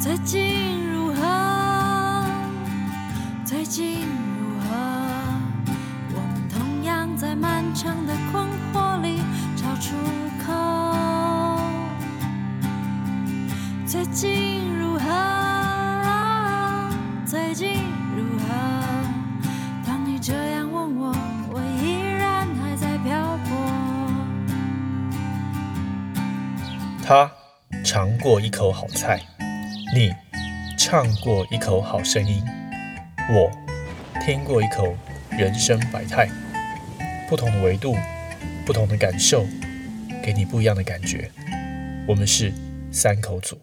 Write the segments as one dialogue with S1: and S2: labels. S1: 再进入河，再进入河，我们同样在漫长的困惑里找出口。再进入河，再进入河，当你这样问我，我依然还在漂泊。
S2: 他尝过一口好菜，你唱过一口好声音，我听过一口人生百态。不同的维度，不同的感受，给你不一样的感觉。我们是三口组。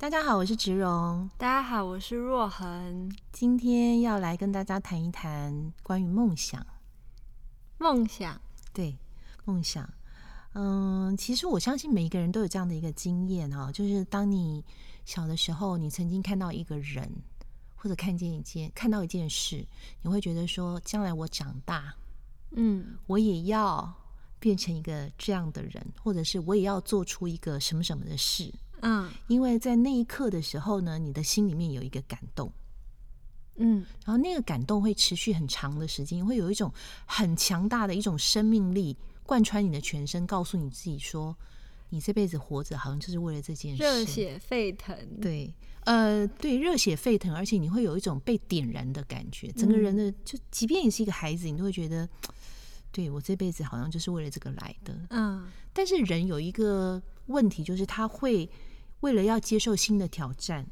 S3: 大家好，我是植荣，
S1: 大家好，我是若恒。
S3: 今天要来跟大家谈一谈关于梦想。
S1: 梦想，
S3: 对，梦想。嗯，其实我相信每一个人都有这样的一个经验哈、就是当你小的时候，你曾经看到一个人，或者看见一件看到一件事，你会觉得说，将来我长大，
S1: 嗯
S3: 我也要变成一个这样的人，或者是我也要做出一个什么什么的事。
S1: 嗯
S3: 因为在那一刻的时候呢，你的心里面有一个感动，
S1: 嗯
S3: 然后那个感动会持续很长的时间，会有一种很强大的一种生命力贯穿你的全身，告诉你自己说，你这辈子活着好像就是为了这件事。
S1: 热，血沸腾，，
S3: 对，呃，对，热血沸腾，而且你会有一种被点燃的感觉，整个人
S1: 嗯
S3: 的、就，即便你是一个孩子，你都会觉得，对我这辈子好像就是为了这个来的。
S1: 嗯
S3: 但是人有一个问题，就是他会为了要接受新的挑战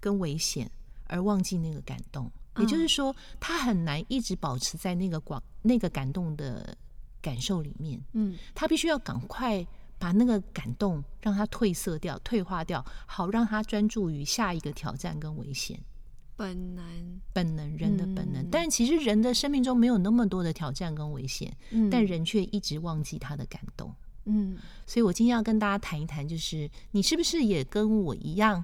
S3: 跟危险而忘记那个感动，也
S1: 嗯
S3: 就是说，他很难一直保持在那个广那个感动的感受里面，
S1: 嗯
S3: 他必须要赶快。把那个感动让它褪色掉、退化掉，好让他专注于下一个挑战跟危险。
S1: 本能，
S3: 本能，人的本能。
S1: 嗯
S3: 但其实人的生命中没有那么多的挑战跟危险，
S1: 嗯
S3: 但人却一直忘记他的感动。
S1: 嗯
S3: 所以我今天要跟大家谈一谈，就是你是不是也跟我一样，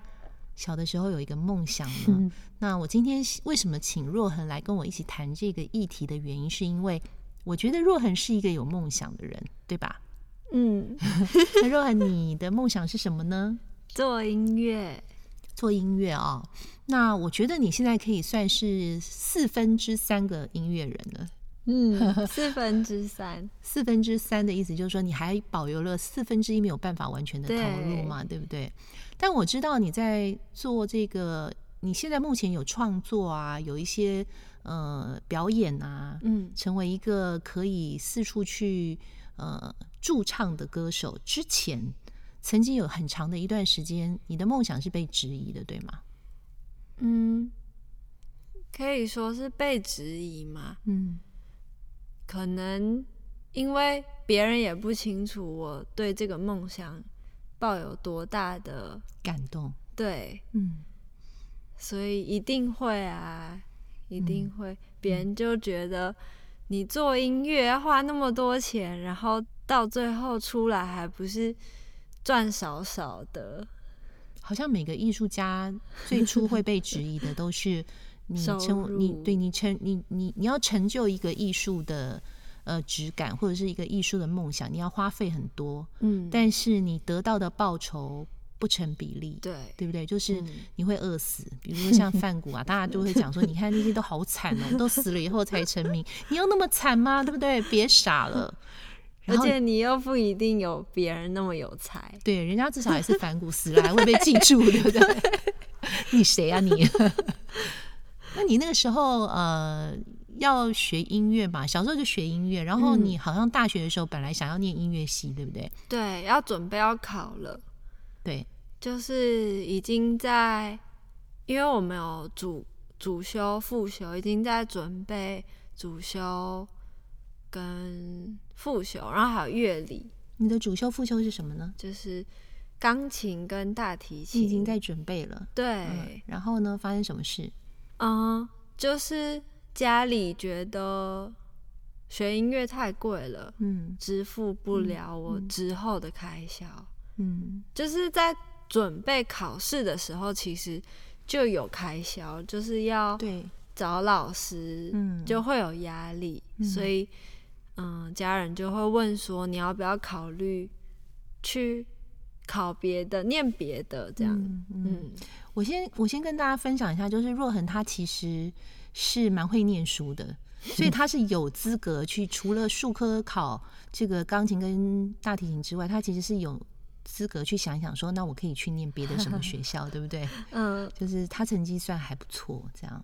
S3: 小的时候有一个梦想呢？
S1: 嗯
S3: 那我今天为什么请若恒来跟我一起谈这个议题的原因，是因为我觉得若恒是一个有梦想的人，对吧？
S1: 嗯，
S3: 那若恒，你的梦想是什么呢？
S1: 做音乐，
S3: 做音乐哦。那我觉得你现在可以算是四分之三个音乐人了。
S1: 嗯，四分之三，
S3: 四分之三的意思就是说，你还保留了四分之一没有办法完全的投入嘛，对不对？但我知道你在做这个，你现在目前有创作啊，有一些呃表演啊，
S1: 嗯
S3: 成为一个可以四处去呃驻唱的歌手之前，曾经有很长的一段时间，你的梦想是被质疑的，对吗？
S1: 嗯，可以说是被质疑嘛，
S3: 嗯
S1: 可能因为别人也不清楚我对这个梦想抱有多大的
S3: 感动，
S1: 对，
S3: 嗯
S1: 所以一定会啊，一定
S3: 嗯
S1: 会，别人就觉得你做音乐要花那么多钱，然后到最后出来还不是赚少少的，
S3: 好像每个艺术家最初会被质疑的都是 你
S1: 收
S3: 成你
S1: 入
S3: 对你成你你你要成就一个艺术的呃质感或者是一个艺术的梦想，你要花费很多，
S1: 嗯，
S3: 但是你得到的报酬不成比例，
S1: 对，
S3: 对不对？就是
S1: 嗯
S3: 你会饿死，比如说像范谷啊，大家就会讲说，你看那些都好惨哦，都死了以后才成名，你要那么惨吗？对不对？别傻了。
S1: 而
S3: 然后
S1: 且你又不一定有别人那么有才，
S3: 对，人家至少也是反骨，死了还会被记 住，对不对？你谁啊你？ 那你那个时候呃要学音乐嘛，小时候就学音乐，然后
S1: 嗯
S3: 你好像大学的时候本来想要念音乐系，对不对？
S1: 对，要准备要考了，
S3: 对，
S1: 就是已经在，因为我们有主主修、副修，已经在准备主修跟副修，然后还有乐理，
S3: 你的主修副修是什么呢？
S1: 就是钢琴跟大提琴。
S3: 你已经在准备了，嗯
S1: 对，，
S3: 然后呢，发生什么事？
S1: 嗯，就是家里觉得学音乐太贵了，
S3: 嗯
S1: 支付不了我
S3: 嗯
S1: 之后的开销，
S3: 嗯
S1: 就是在准备考试的时候，其实就有开销，就是要
S3: 对，
S1: 找老师，
S3: 嗯
S1: 就会有压力，
S3: 嗯
S1: 所以嗯，家人就会问说你要不要考虑去考别的、念别的这样。
S3: 嗯嗯，
S1: 嗯
S3: 我先我先跟大家分享一下，就是若恒他其实是蛮会念书的，所以他是有资格去除了数科考这个钢琴跟大提琴之外，他其实是有资格去想一想说，那我可以去念别的什么学校，对不对？
S1: 嗯
S3: 就是他成绩算还不错，这样，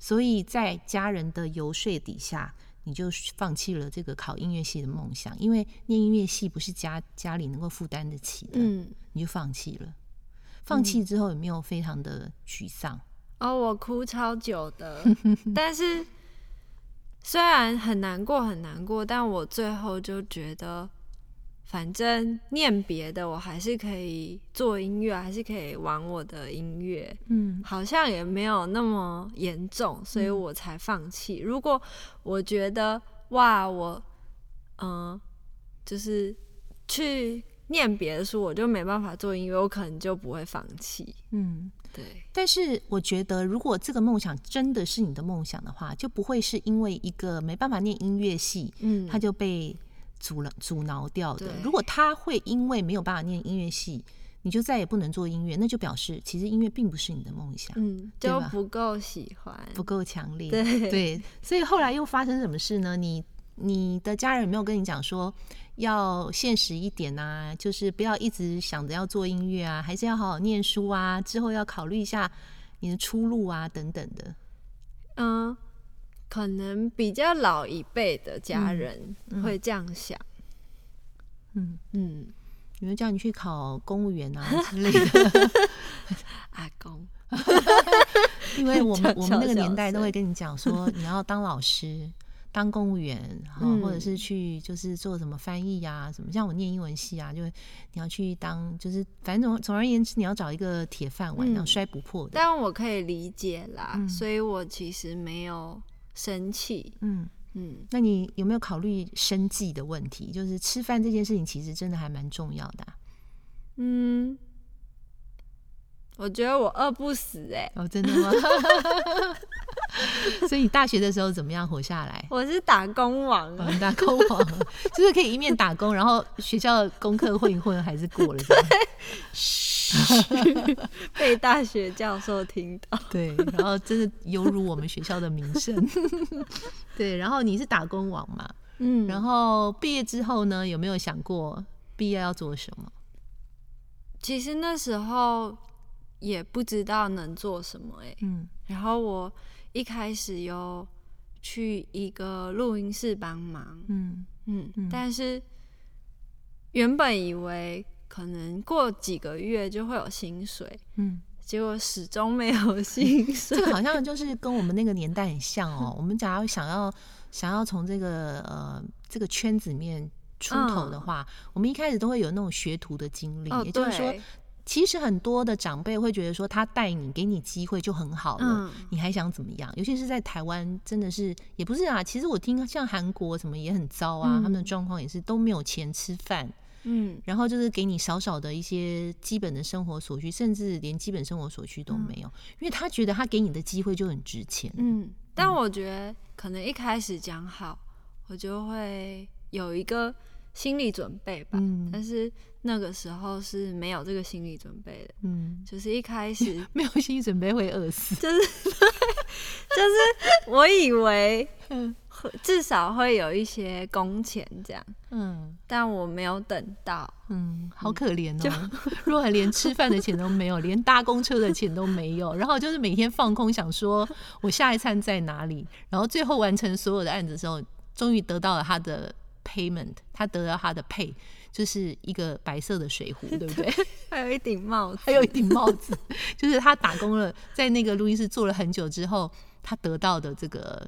S3: 所以在家人的游说底下，你就放弃了这个考音乐系的梦想，因为念音乐系不是家家里能够负担得起的，
S1: 嗯。
S3: 你就放弃了。放弃之后有没有非常的沮丧？
S1: 哦，我哭超久的，但是虽然很难过很难过，但我最后就觉得，反正念别的我还是可以做音乐，还是可以玩我的音乐，
S3: 嗯
S1: 好像也没有那么严重，所以我才放弃。如果我觉得哇，我嗯、呃就是去念别的书，我就没办法做音乐，我可能就不会放弃。
S3: 嗯。
S1: 对，
S3: 但是我觉得，如果这个梦想真的是你的梦想的话，就不会是因为一个没办法念音乐系，
S1: 嗯
S3: 他就被阻了阻挠掉的
S1: 对。
S3: 如果他会因为没有办法念音乐系，你就再也不能做音乐，那就表示其实音乐并不是你的梦想，
S1: 嗯，
S3: 对
S1: 就
S3: 吧
S1: 不够喜欢。
S3: 不够强烈。
S1: 对
S3: 所以后来又发生什么事呢？你你的家人有没有跟你讲说要现实一点啊？就是不要一直想着要做音乐啊，还是要好好念书啊，之后要考虑一下你的出路啊，等等的。
S1: 嗯，可能比较老一辈的家人会这样想。
S3: 嗯
S1: 嗯，
S3: 有没有叫你去考公务员啊之类的？
S1: 阿公，
S3: 因为我们
S1: 叫
S3: 我们
S1: 小
S3: 那个年
S1: 声
S3: 代都会跟你讲 说，你要当老师、当公务员，好、
S1: 嗯
S3: 或者是去就是做什么翻译呀、什么。像我念英文系啊，就是你要去当，就是反正总总而言之，你要找一个铁饭碗，
S1: 嗯
S3: 然后摔不破的。
S1: 但我可以理解啦，
S3: 嗯
S1: 所以我其实没有生气。
S3: 嗯，
S1: 嗯，
S3: 那你有没有考虑生计的问题？就是吃饭这件事情，其实真的还蛮重要的啊、
S1: 嗯，我觉得我饿不死哎、
S3: 哦，真的吗？ 所以你大学的时候怎么样活下来？
S1: 我是打工王
S3: 哦
S1: 啊，
S3: 你打工王就是可以一面打工，然后学校的功课混一混，还是过了这样。
S1: 被大学教授听到。
S3: 对，然后真的犹如我们学校的名声。 对，然后你是打工王嘛？
S1: 嗯，
S3: 然后毕业之后呢，有没有想过毕业要做什么？
S1: 其实那时候也不知道能做什么哎、
S3: 嗯
S1: 然后我一开始有去一个录音室帮忙，
S3: 嗯
S1: 嗯，
S3: 嗯
S1: 但是原本以为可能过几个月就会有薪水，
S3: 嗯，
S1: 结果始终没有薪水
S3: 这。个好像就是跟我们那个年代很像哦。我们假如想要想要从这个呃这个圈子里面出头的话，我们一开始都会有那种学徒的经历，
S1: 哦，
S3: 也就是说
S1: 对，
S3: 其实很多的长辈会觉得说，他带你给你机会就很好了，
S1: 嗯
S3: 你还想怎么样？尤其是在台湾，真的是也不是啊。其实我听像韩国什么也很糟啊，
S1: 嗯
S3: 他们的状况也是都没有钱吃饭，
S1: 嗯
S3: 然后就是给你少少的一些基本的生活所需，甚至连基本生活所需都没有，因为他觉得他给你的机会就很值钱。
S1: 嗯，但我觉得可能一开始讲好，我就会有一个心理准备吧。
S3: 嗯
S1: 但是那个时候是没有这个心理准备的，
S3: 嗯，
S1: 就是一开始
S3: 没有心理准备会饿死。
S1: 就是就是我以为
S3: 嗯
S1: 会至少会有一些工钱这样，
S3: 嗯
S1: 但我没有等到。
S3: 嗯，好可怜哦！ 若涵连吃饭的钱都没有，连搭公车的钱都没有，然后就是每天放空，想说我下一餐在哪里，然后最后完成所有的案子之后，终于得到了他的 payment，他得到他的 pay，就是一个白色的水 壶，对不对？
S1: 还有一顶帽子，
S3: 还有一顶帽子， 就是他打工了，在那个录音室做了很久之后，他得到的这个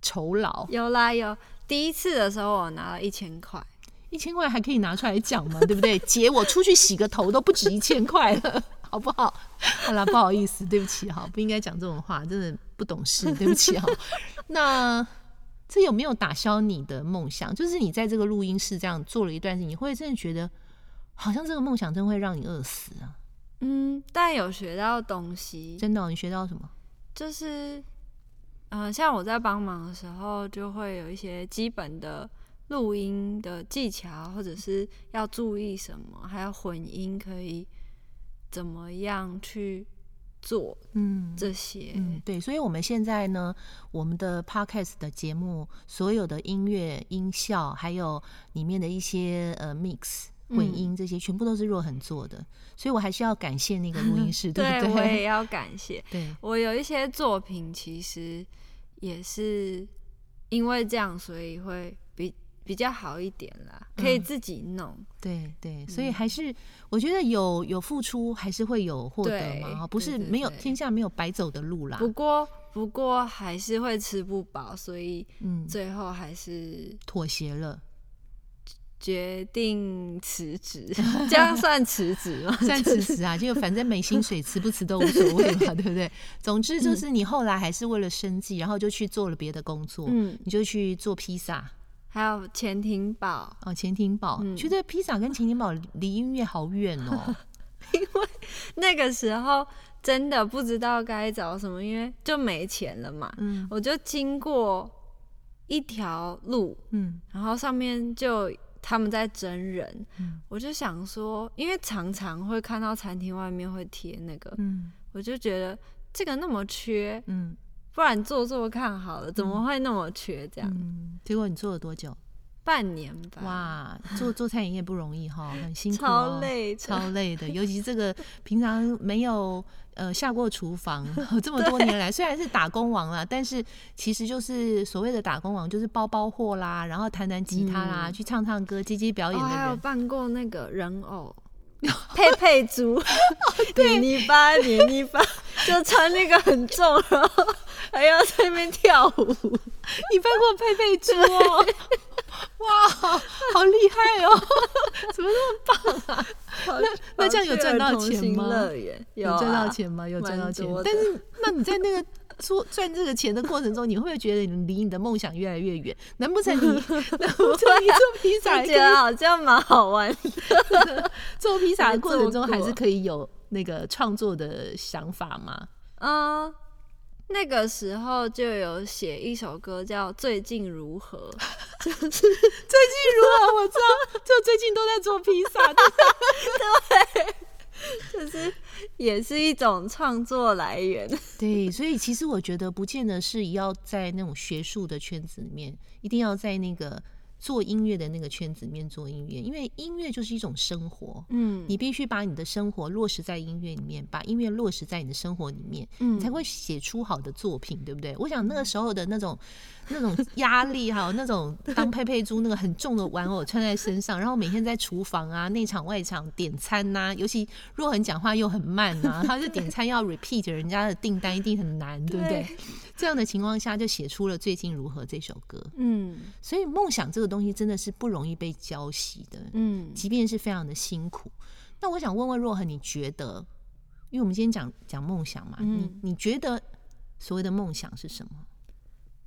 S3: 酬劳
S1: 有啦有。第一次的时候我拿了一千块，
S3: 一千块还可以拿出来讲嘛，对不 对？姐，我出去洗个头都不止一千块了， 好不好？好啦，不好意思，对不起哈，不应该讲这种话，真的不懂事，对不起哈。那这有没有打消你的梦想？就是你在这个录音室这样做了一段时间，你会真的觉得好像这个梦想真会让你饿死啊？
S1: 嗯，但有学到东西，
S3: 真的哦、你学到什么？
S1: 呃就是，嗯、像我在帮忙的时候，就会有一些基本的录音的技巧，或者是要注意什么，还有混音可以怎么样去做
S3: 嗯，
S1: 这些。
S3: 嗯，对，所以我们现在呢，我们的 podcast 的节目所有的音乐音效，还有里面的一些呃 mix
S1: 嗯
S3: 混音这些，全部都是若痕做的，所以我还是要感谢那个录 音师，对不
S1: 我也
S3: 对？
S1: 要感谢。
S3: 对，
S1: 我有一些作品其实也是因为这样，所以会比比较好一点啦，可
S3: 嗯
S1: 以自己弄。
S3: 对，对，所以
S1: 嗯
S3: 还是我觉得有有付出，还是会有获得嘛，
S1: 对
S3: 哈不是
S1: 对对
S3: 没有
S1: 对
S3: 天下没有白走的路啦，
S1: 不过不过还是会吃不饱，所以
S3: 嗯，
S1: 最后还是
S3: 妥协了，
S1: 决定辞 职，这样算辞职吗？
S3: 算
S1: 就
S3: 辞
S1: 是
S3: 职啊，就反正没薪水，辞不辞都无所谓嘛，对不对？总之就是你后来还是为了生计，然后就去做了别的工作，
S1: 嗯，
S3: 你就去做披萨
S1: 还有潜艇堡，
S3: 哦，潜艇堡。
S1: 嗯
S3: 觉得披萨跟潜艇堡离音乐好远哦，
S1: 那个时候真的不知道该找什么，因为就没钱了嘛。
S3: 嗯
S1: 我就经过一条路，
S3: 嗯
S1: 然后上面就他们在真人，
S3: 嗯
S1: 我就想说，因为常常会看到餐厅外面会贴那个，
S3: 嗯
S1: 我就觉得这个那么缺，
S3: 嗯
S1: 不然做做看好了，怎么会那么缺？这样、
S3: 嗯。结果你做了多久？
S1: 半年吧，，
S3: 哇，做做餐饮业不容易哈，很辛苦、
S1: 超
S3: 哦，
S1: 累的，
S3: 超累的，尤其是 这个平常没有呃下过厨房 这么多年来，虽然是打工王啦，但是其实就是所谓的打工王，就是包包货啦，然后弹弹吉他啦，
S1: 嗯
S3: 去唱唱歌、接接表
S1: 哦，
S3: 演的
S1: 还有
S3: 人。
S1: 办过那个人 偶。佩佩猪，黏泥巴，黏泥巴， 就穿那个很重，然后还要在那边跳舞。
S3: 你扮过佩佩猪哦， 哇，好厉害哦！怎么那么
S1: 那
S3: 那这样有赚到钱吗
S1: 乐园 有
S3: 有
S1: 啊
S3: 赚到，钱吗？有赚到
S1: 蛮
S3: 钱
S1: 多，的
S3: 但是那你在那个做赚这个钱的过程中，你会不会觉得你离你的梦想越来越远？难不 成你难不成你做披萨还
S1: 就觉
S3: 可以
S1: 得好像蛮好 玩。
S3: 做披萨的过程中
S1: 还
S3: 还
S1: 是
S3: 是可以有那个创作的想法 吗？
S1: 嗯，那个时候就有写一首歌叫《最近如何》，
S3: 最近如何？我知道，就最近都在做披 萨。
S1: 就是也是一种创作来源。
S3: 对，所以其实我觉得，不见得是要在那种学术的圈子里面，一定要在那个做音乐的那个圈子里面做音乐，因为音乐就是一种生活。
S1: 嗯
S3: 你必须把你的生活落实在音乐里面，把音乐落实在你的生活里面，
S1: 嗯
S3: 你才会写出好的作品，对不对？我想那个时候的那种、那种压力，还有那种当佩佩猪那个很重的玩偶穿在身上，然后每天在厨房啊、内场外场点餐呐、尤其若恒讲话又很慢呐、他就点餐要 repeat 人家的订单，一定很难，对不对？这样的情况下，就写出了《最近如何》这首歌。
S1: 嗯
S3: 所以梦想这个东西真的是不容易被浇熄的，
S1: 嗯
S3: 即便是非常的辛苦。那我想问问若恒，你觉得，因为我们今天讲讲梦想嘛，
S1: 嗯
S3: 你你觉得所谓的梦想是什么？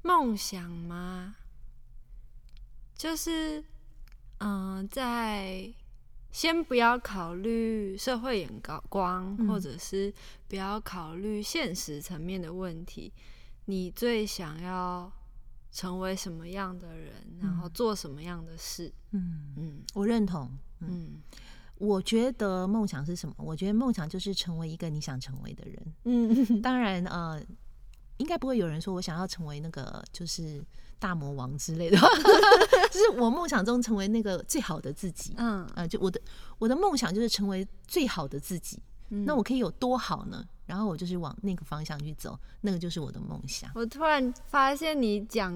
S1: 梦想吗？就是，嗯、在先不要考虑社会眼高光，
S3: 嗯
S1: 或者是不要考虑现实层面的问题，你最想要成为什么样的人，然后做什么样的事？
S3: 嗯，
S1: 嗯
S3: 我认同。嗯，
S1: 嗯
S3: 我觉得梦想是什么？我觉得梦想就是成为一个你想成为的人。
S1: 嗯，
S3: 当然，呃，应该不会有人说我想要成为那个就是大魔王之类的， 就是我梦想中成为那个最好的自己。
S1: 嗯
S3: 呃，就我的我的梦想就是成为最好的自己。
S1: 嗯
S3: 那我可以有多好呢？然后我就是往那个方向去走，那个就是我的梦想。
S1: 我突然发现你讲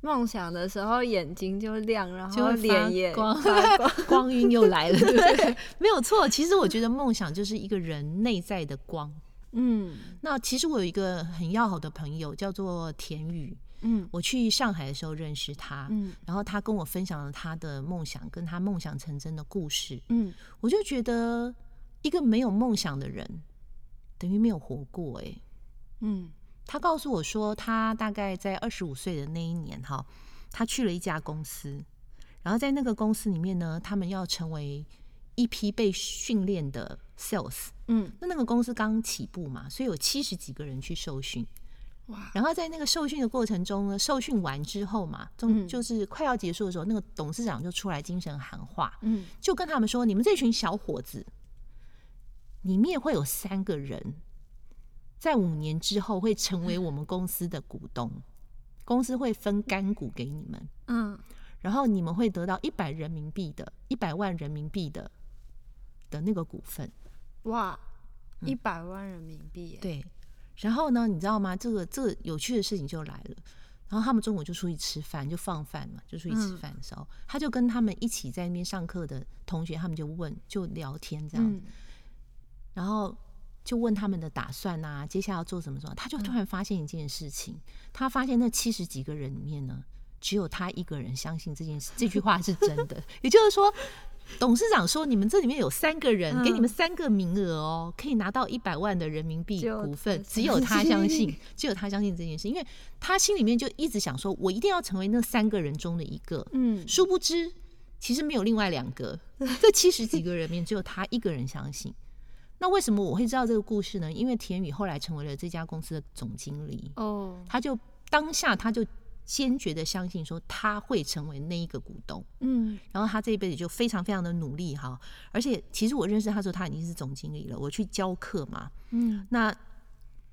S1: 梦想的时候，眼睛就亮，然
S3: 就
S1: 后
S3: 会发
S1: 脸也
S3: 光
S1: 发 光
S3: 光晕又来 了，对不对？ 没有错。其实我觉得梦想就是一个人内在的光。
S1: 嗯
S3: 那其实我有一个很要好的朋友，叫做田宇。
S1: 嗯
S3: 我去上海的时候认识他，
S1: 嗯
S3: 然后他跟我分享了他的梦想，跟他梦想成真的故事。
S1: 嗯
S3: 我就觉得，一个没有梦想的人，等于没有活过、欸。
S1: 嗯
S3: 他告诉我说，他大概在二十五岁的那一年，哈，他去了一家公司，然后在那个公司里面呢，他们要成为一批被训练的 sales。
S1: 嗯
S3: 那那个公司刚起步嘛，所以有七十几个人去受训，
S1: 哇，
S3: 然后在那个受训的过程中呢，受训完之后嘛，中
S1: 嗯
S3: 就是快要结束的时候，那个董事长就出来精神喊话，
S1: 嗯
S3: 就跟他们说：“你们这群小伙子，里面会有三个人，在五年之后会成为我们公司的股东，公司会分干股给你们，
S1: 嗯
S3: 然后你们会得到一百人民币的一百万人民币的的那个股份。
S1: 哇，一百万人民币耶，
S3: 对，然后呢，你知道吗？这个这个有趣的事情就来了。”然后他们中午就出去吃饭，就放饭嘛，就出去吃
S1: 嗯
S3: 饭的时候，他就跟他们一起在那边上课的同学，他们就问，就聊天这样子。
S1: 嗯
S3: 然后就问他们的打算啊，接下来要做什么什么，他
S1: 嗯
S3: 就突然发现一件事情，他发现那七十几个人里面呢，只有他一个人相信这件事，这句话是真的， 也就是说。董事长说：“你们这里面有三个人，
S1: 嗯
S3: 给你们三个名额哦，可以拿到一百万的人民币
S1: 只有他
S3: 股份。
S1: 相
S3: 只有他
S1: 信
S3: 相信，只有他相信这件事，因为他心里面就一直想说，我一定要成为那三个人中的一个。
S1: 嗯
S3: 殊不知，其实没有另外两个，这七十几个人里面只有他一个人相信。那为什么我会知道这个故事呢？因为田宇后来成为了这家公司的总经理，
S1: 哦，
S3: 他就当下他就坚决的相信说他会成为那一个股东，
S1: 嗯
S3: 然后他这一辈子就非常非常的努力哈。而且其实我认识他的时候，他已经是总经理了，我去教课嘛，
S1: 嗯
S3: 那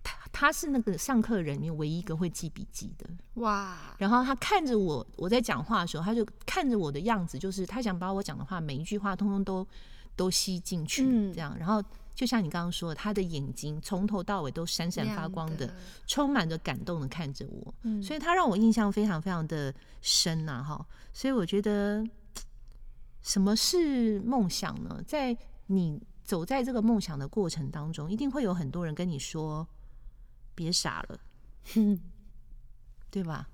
S3: 他他是那个上课人里面唯一一个会记笔记的，
S1: 哇，
S3: 然后他看着我，我在讲话的时候，他就看着我的样子，就是他想把我讲的话每一句话通通都都吸进去，
S1: 嗯
S3: 这样。然后就像你刚刚说的，他的眼睛从头到尾都闪闪发光
S1: 亮
S3: 的，
S1: 的
S3: 充满着感动的看着我，
S1: 嗯
S3: 所以他让我印象非常非常的深呐、哈。所以我觉得，嗯什么是梦想呢？在你走在这个梦想的过程当中，一定会有很多人跟你说：“别傻了。” 对吧？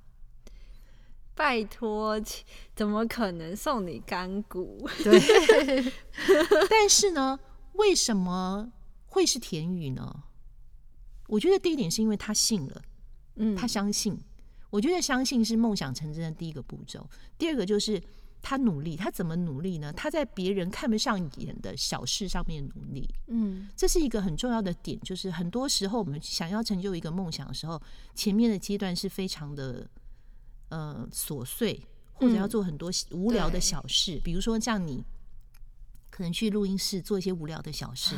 S1: 拜托，切怎么可能送你干股？
S3: 但是呢，为什么会是田宇呢？我觉得第一点是因为他信了，
S1: 嗯
S3: 他相信。我觉得相信是梦想成真的第一个步骤。第二个就是他努力，他怎么努力呢？他在别人看不上眼的小事上面努力，
S1: 嗯
S3: 这是一个很重要的点。就是很多时候我们想要成就一个梦想的时候，前面的阶段是非常的呃琐碎，或者要
S1: 嗯
S3: 做很多无聊的
S1: 对
S3: 小事，比如说像你可能去录音室做一些无聊的小事，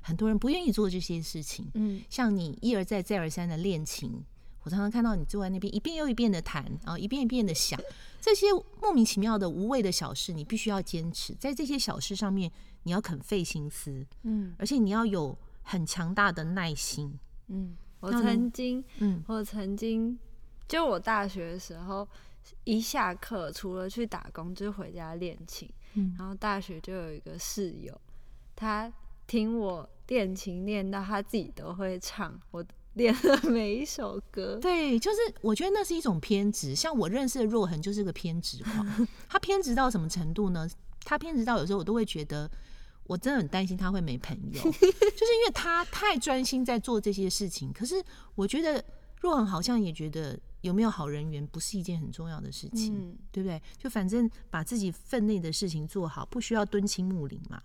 S3: 很多人不愿意做这些事情。
S1: 啊嗯
S3: 像你一而再再而三的练琴，我常常看到你坐在那边一遍又一遍的弹，然后一遍一遍的想这些莫名其妙的无谓的小事，你必须要坚持。在这些小事上面，你要肯费心思，
S1: 嗯
S3: 而且你要有很强大的耐心。
S1: 嗯，我
S3: 那你
S1: 曾经
S3: 嗯
S1: 我曾经就我大学的时候，一下课除了去打工，就是回家练琴。
S3: 嗯
S1: 然后大学就有一个室友，他听我练琴练到他自己都会唱，我练了每一首歌。
S3: 对，就是我觉得那是一种偏执。像我认识的若恒就是个偏执狂，他偏执到什么程度呢？他偏执到有时候我都会觉得，我真的很担心他会没朋友，就是因为他太专心在做这些事情。可是我觉得若恒好像也觉得有没有好人缘不是一件很重要的事情，
S1: 嗯
S3: 对不对？就反正把自己分内的事情做好，不需要敦亲睦邻嘛。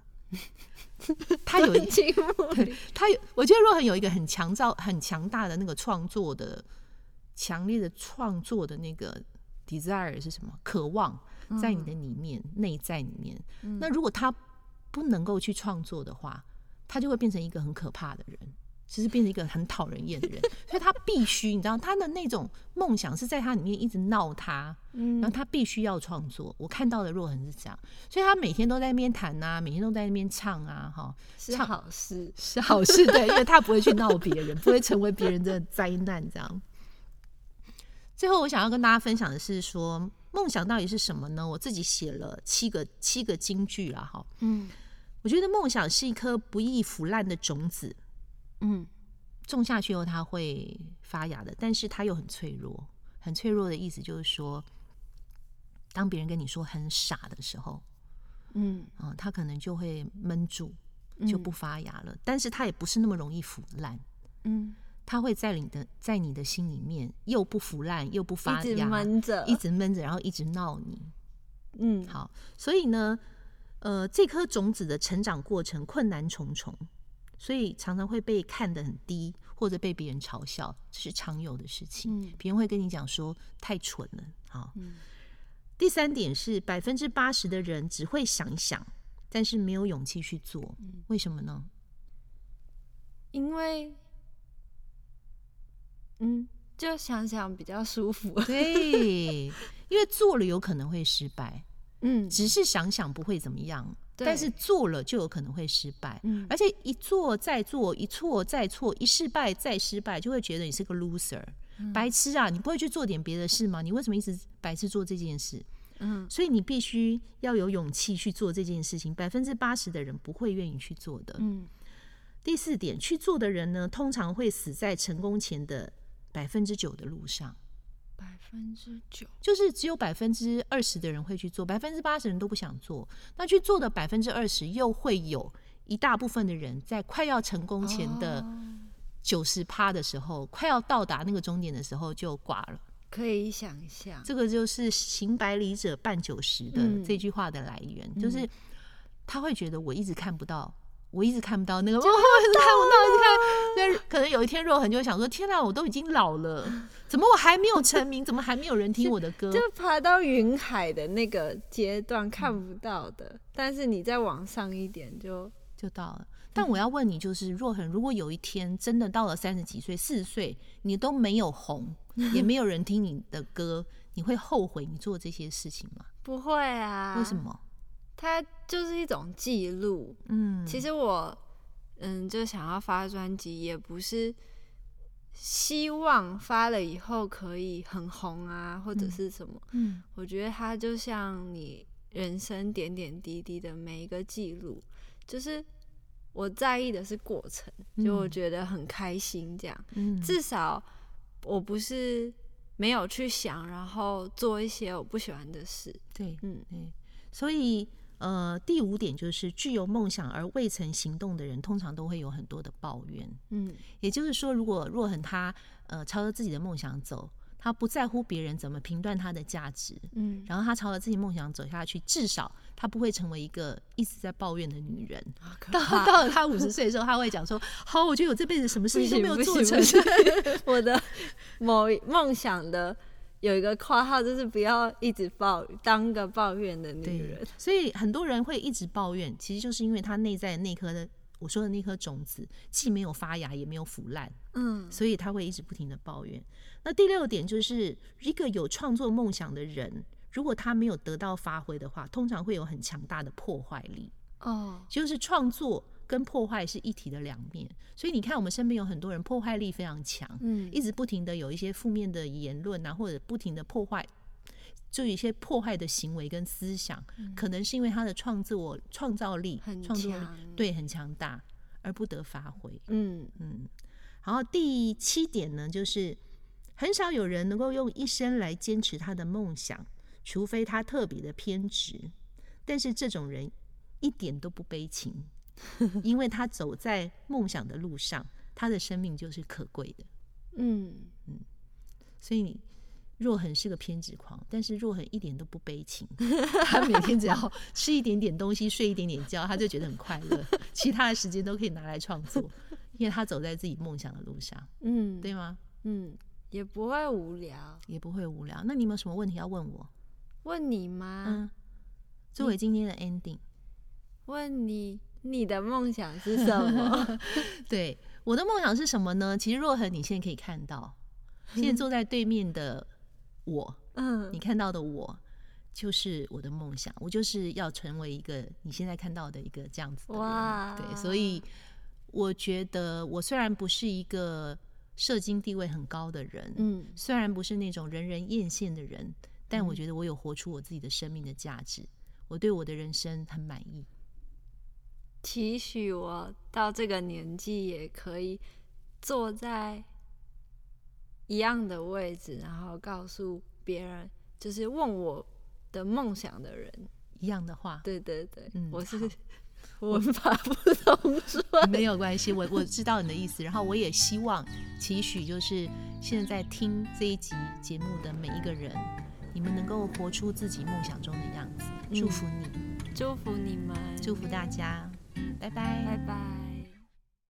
S3: 他 有一
S1: 青木
S3: 对他有，我觉得若恒有一个很强造、很强大的那个创作的、强烈的创作的那个 desire 是什么？渴望在你的里面、内在里面。那如果他不能够去创作的话，他就会变成一个很可怕的人，其实变成一个很讨人厌的人。所以他必须，你知道，他的那种梦想是在他里面一直闹他，然后
S1: 嗯
S3: 他必须要创作。我看到的若恒是这样，所以他每天都在那边弹啊，每天都在那边唱啊，哈。
S1: 是
S3: 唱
S1: 好事，
S3: 是好事，对，因为他不会去闹别人，不会成为别人的灾难。这样。最后，我想要跟大家分享的是说，梦想到底是什么呢？我自己写了七个七个金句啦，哈，
S1: 嗯
S3: 我觉得梦想是一颗不易腐烂的种子，
S1: 嗯
S3: 种下去后它会发芽的，但是它又很脆弱。很脆弱的意思就是说，当别人跟你说很傻的时候，
S1: 嗯，
S3: 啊、它可能就会闷住，就不发芽了。但是它也不是那么容易腐烂。
S1: 嗯，
S3: 它会在你的在你的心里面又不腐烂又不发
S1: 一直
S3: 芽，
S1: 闷着，
S3: 一直闷着，然后一直闹你。
S1: 嗯
S3: 好，所以呢，呃，这颗种子的成长过程困难重重，所以常常会被看得很低，或者被别人嘲笑，这是常有的事情。
S4: 嗯
S3: 别人会跟你讲说太蠢了。好，
S4: 嗯
S3: 第三点是百分之八十的人只会想一想，但是没有勇气去做，
S1: 嗯
S3: 为什么呢？
S1: 因为，嗯，就想想比较舒服。
S3: 对，因为做了有可能会失败，
S1: 嗯，
S3: 只是想想不会怎么样，
S1: 对
S3: 但是做了就有可能会失败，
S1: 嗯
S3: 而且一做再做，一错再错，一失败再失败，就会觉得你是个 loser，、白
S1: 嗯
S3: 痴啊！你不会去做点别的事吗？你为什么一直白痴做这件事？
S1: 嗯
S3: 所以你必须要有勇气去做这件事情，百分之八十的人不会愿意去做的。
S4: 嗯
S3: 第四点，去做的人呢，通常会死在成功前的百分之九的路上。
S1: 百分之九，
S3: 就是只有百分之二十的人会去做，百分之八十人都不想做。那去做的百分之二十，又会有一大部分的人在快要成功前的
S1: 哦
S3: 九十趴的时候，快要到达那个终点的时候就挂了。
S1: 可以想象。
S3: 这个就是“行百里者半九十”的
S1: 嗯
S3: 这句话的来源，就是他会觉得我一直看不到。我一直看不到那个，我一直看
S1: 啊
S3: 不到，一直看。 那可能有一天若恒就会想说：“天哪、啊我都已经老了，怎么我还没有成名？怎么还没有人听我的歌？”
S1: 就爬到云海的那个阶段看不到的，但是你再往上一点就
S3: 就到了。
S1: 嗯
S3: 但我要问你，就是若恒，如果有一天真的到了三十几岁、四十岁，你都没有红， 也没有人听你的歌，你会后悔你做这些事情吗？
S1: 不会啊。
S3: 为什？么？
S1: 它就是一种记录。
S3: 嗯，
S1: 其实我，嗯，就想要发专辑，也不是希望发了以后可以很红啊，或者是什么。
S3: 嗯
S1: 我觉得它就像你人生点点滴滴的每一个记录，就是我在意的是过程，就我
S3: 嗯
S1: 觉得很开心这样。
S3: 嗯，
S1: 至少我不是没有去想，然后做一些我不喜欢的事。
S3: 对
S1: 嗯
S3: 对，所以。呃，第五点就是具有梦想而未曾行动的人，通常都会有很多的抱怨。
S1: 嗯
S3: 也就是说，如果若恒他呃朝着自己的梦想走，他不在乎别人怎么评断他的价值，
S1: 嗯，
S3: 然后她朝着自己梦想走下去，至少她不会成为一个一直在抱怨的女人。
S1: 好可
S3: 到
S1: 怕
S3: 到了她五十岁的时候，她会 讲说：“好，我觉得我这辈子什么事情都没有做成。
S1: 不行不行 不行我的某一梦想的有一个括号，就是不要一直抱当个抱怨的”女
S3: 对
S1: 人。，
S3: 所以很多人会一直抱怨，其实就是因为她内在的那颗的我说的那颗种子既没有发芽，也没有腐烂，
S1: 嗯
S3: 所以她会一直不停的抱怨。那第六点就是一个有创作梦想的人。如果他没有得到发挥的话，通常会有很强大的破坏力。
S1: 哦，
S3: 就是创作跟破坏是一体的两面。所以你看，我们身边有很多人破坏力非常强，
S1: 嗯
S3: 一直不停的有一些负面的言论啊，或者不停的破坏。就有一些破坏的行为跟思想，可能是因为他的创作创造力、
S1: 嗯很
S3: 创作力
S1: 强
S3: 对很强大，而不得发挥。
S1: 嗯
S3: 嗯，然后第七点呢，就是很少有人能够用一生来坚持他的梦想，除非他特别的偏执。但是这种人一点都不悲情， 因为他走在梦想的路上，他的生命就是可贵的。
S1: 嗯，
S3: 所以你若恒是个偏执狂，但是若恒一点都不悲情， 他每天只要吃一点点东西，睡一点点觉，他就觉得很快乐，其他的时间都可以拿来创作，因为他走在自己梦想的路上，
S1: 嗯
S3: 对吗？
S1: 嗯，也不会无聊。
S3: 也不会无聊。那你有没有什么问题要问我？
S1: 问你吗？
S3: 嗯，作为今天的 ending，
S1: 问你，你的梦想是什 么？
S3: 对我的梦想是什么呢？其实若恒，你现在可以看到， 现在坐在对面的我，
S1: 嗯
S3: 你看到的我。就是我的梦想，我就是要成为一个你现在看到的一个这样子的人。
S1: 哇
S3: 对，所以我觉得我虽然不是一个社经地位很高的人，
S1: 嗯
S3: 虽然不是那种人人艳羡的人，但我觉得我有活出我自己的生命的价值，我对我的人生很满意。
S1: 期许我到这个年纪也可以坐在一样的位置，然后告诉别人，就是问我的梦想的人。
S3: 一样的话，
S1: 对对对，
S3: 嗯
S1: 我是
S3: 好
S1: 文法不通顺。
S3: 没有关系，我我知道你的意思，然后我也希望期许就是现在在听这一集节目的每一个人，你们能够活出自己梦想中嗯的样子，祝福你，
S1: 祝福你们，
S3: 祝福大家，拜拜
S1: 拜拜。